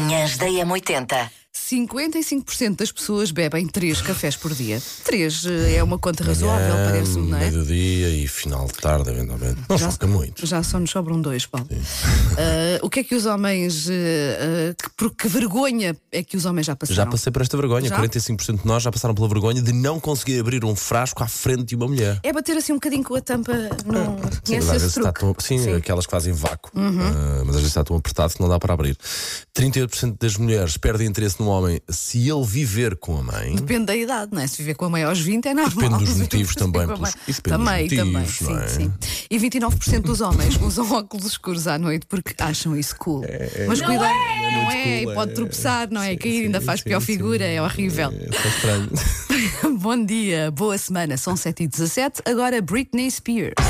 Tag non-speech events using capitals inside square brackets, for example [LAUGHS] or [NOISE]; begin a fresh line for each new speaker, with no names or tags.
Manhãs da M80.
55% das pessoas bebem 3 cafés por dia. 3 é uma conta razoável,
Manhã,
parece-me, não é?
Meio-dia e final de tarde, eventualmente. Não foca muito.
Já só nos sobram dois, Paulo. Ah, o que é que os homens. ah, ah, que, por que vergonha é que os homens já passaram?
Já passei por esta vergonha.
Já?
45% de nós já passaram pela vergonha de não conseguir abrir um frasco à frente de uma mulher.
É bater assim um bocadinho com a tampa. Não conhece
às
esse
vezes está
truque. Uhum.
tão, sim, aquelas que fazem vácuo, Ah, mas às vezes está tão apertado que não dá para abrir. 38% das mulheres perdem interesse no homem se ele viver com a mãe.
Depende da idade, não é? Se viver com a mãe aos 20 é normal.
Depende dos
Se
motivos
viver
também,
com a mãe-
pelos- isso depende dos
Também, também.
motivos, não
Sim,
é?
sim. E 29% dos homens [LAUGHS] usam óculos escuros à noite porque acham isso cool. Mas cuidado, não é,
muito cool,
e pode
é.
tropeçar, não é?
Sim,
Cair ainda
sim,
faz
sim,
pior
sim.
figura, é horrível.
É, só estranho.
Bom dia, boa semana, são 7h17, agora Britney Spears.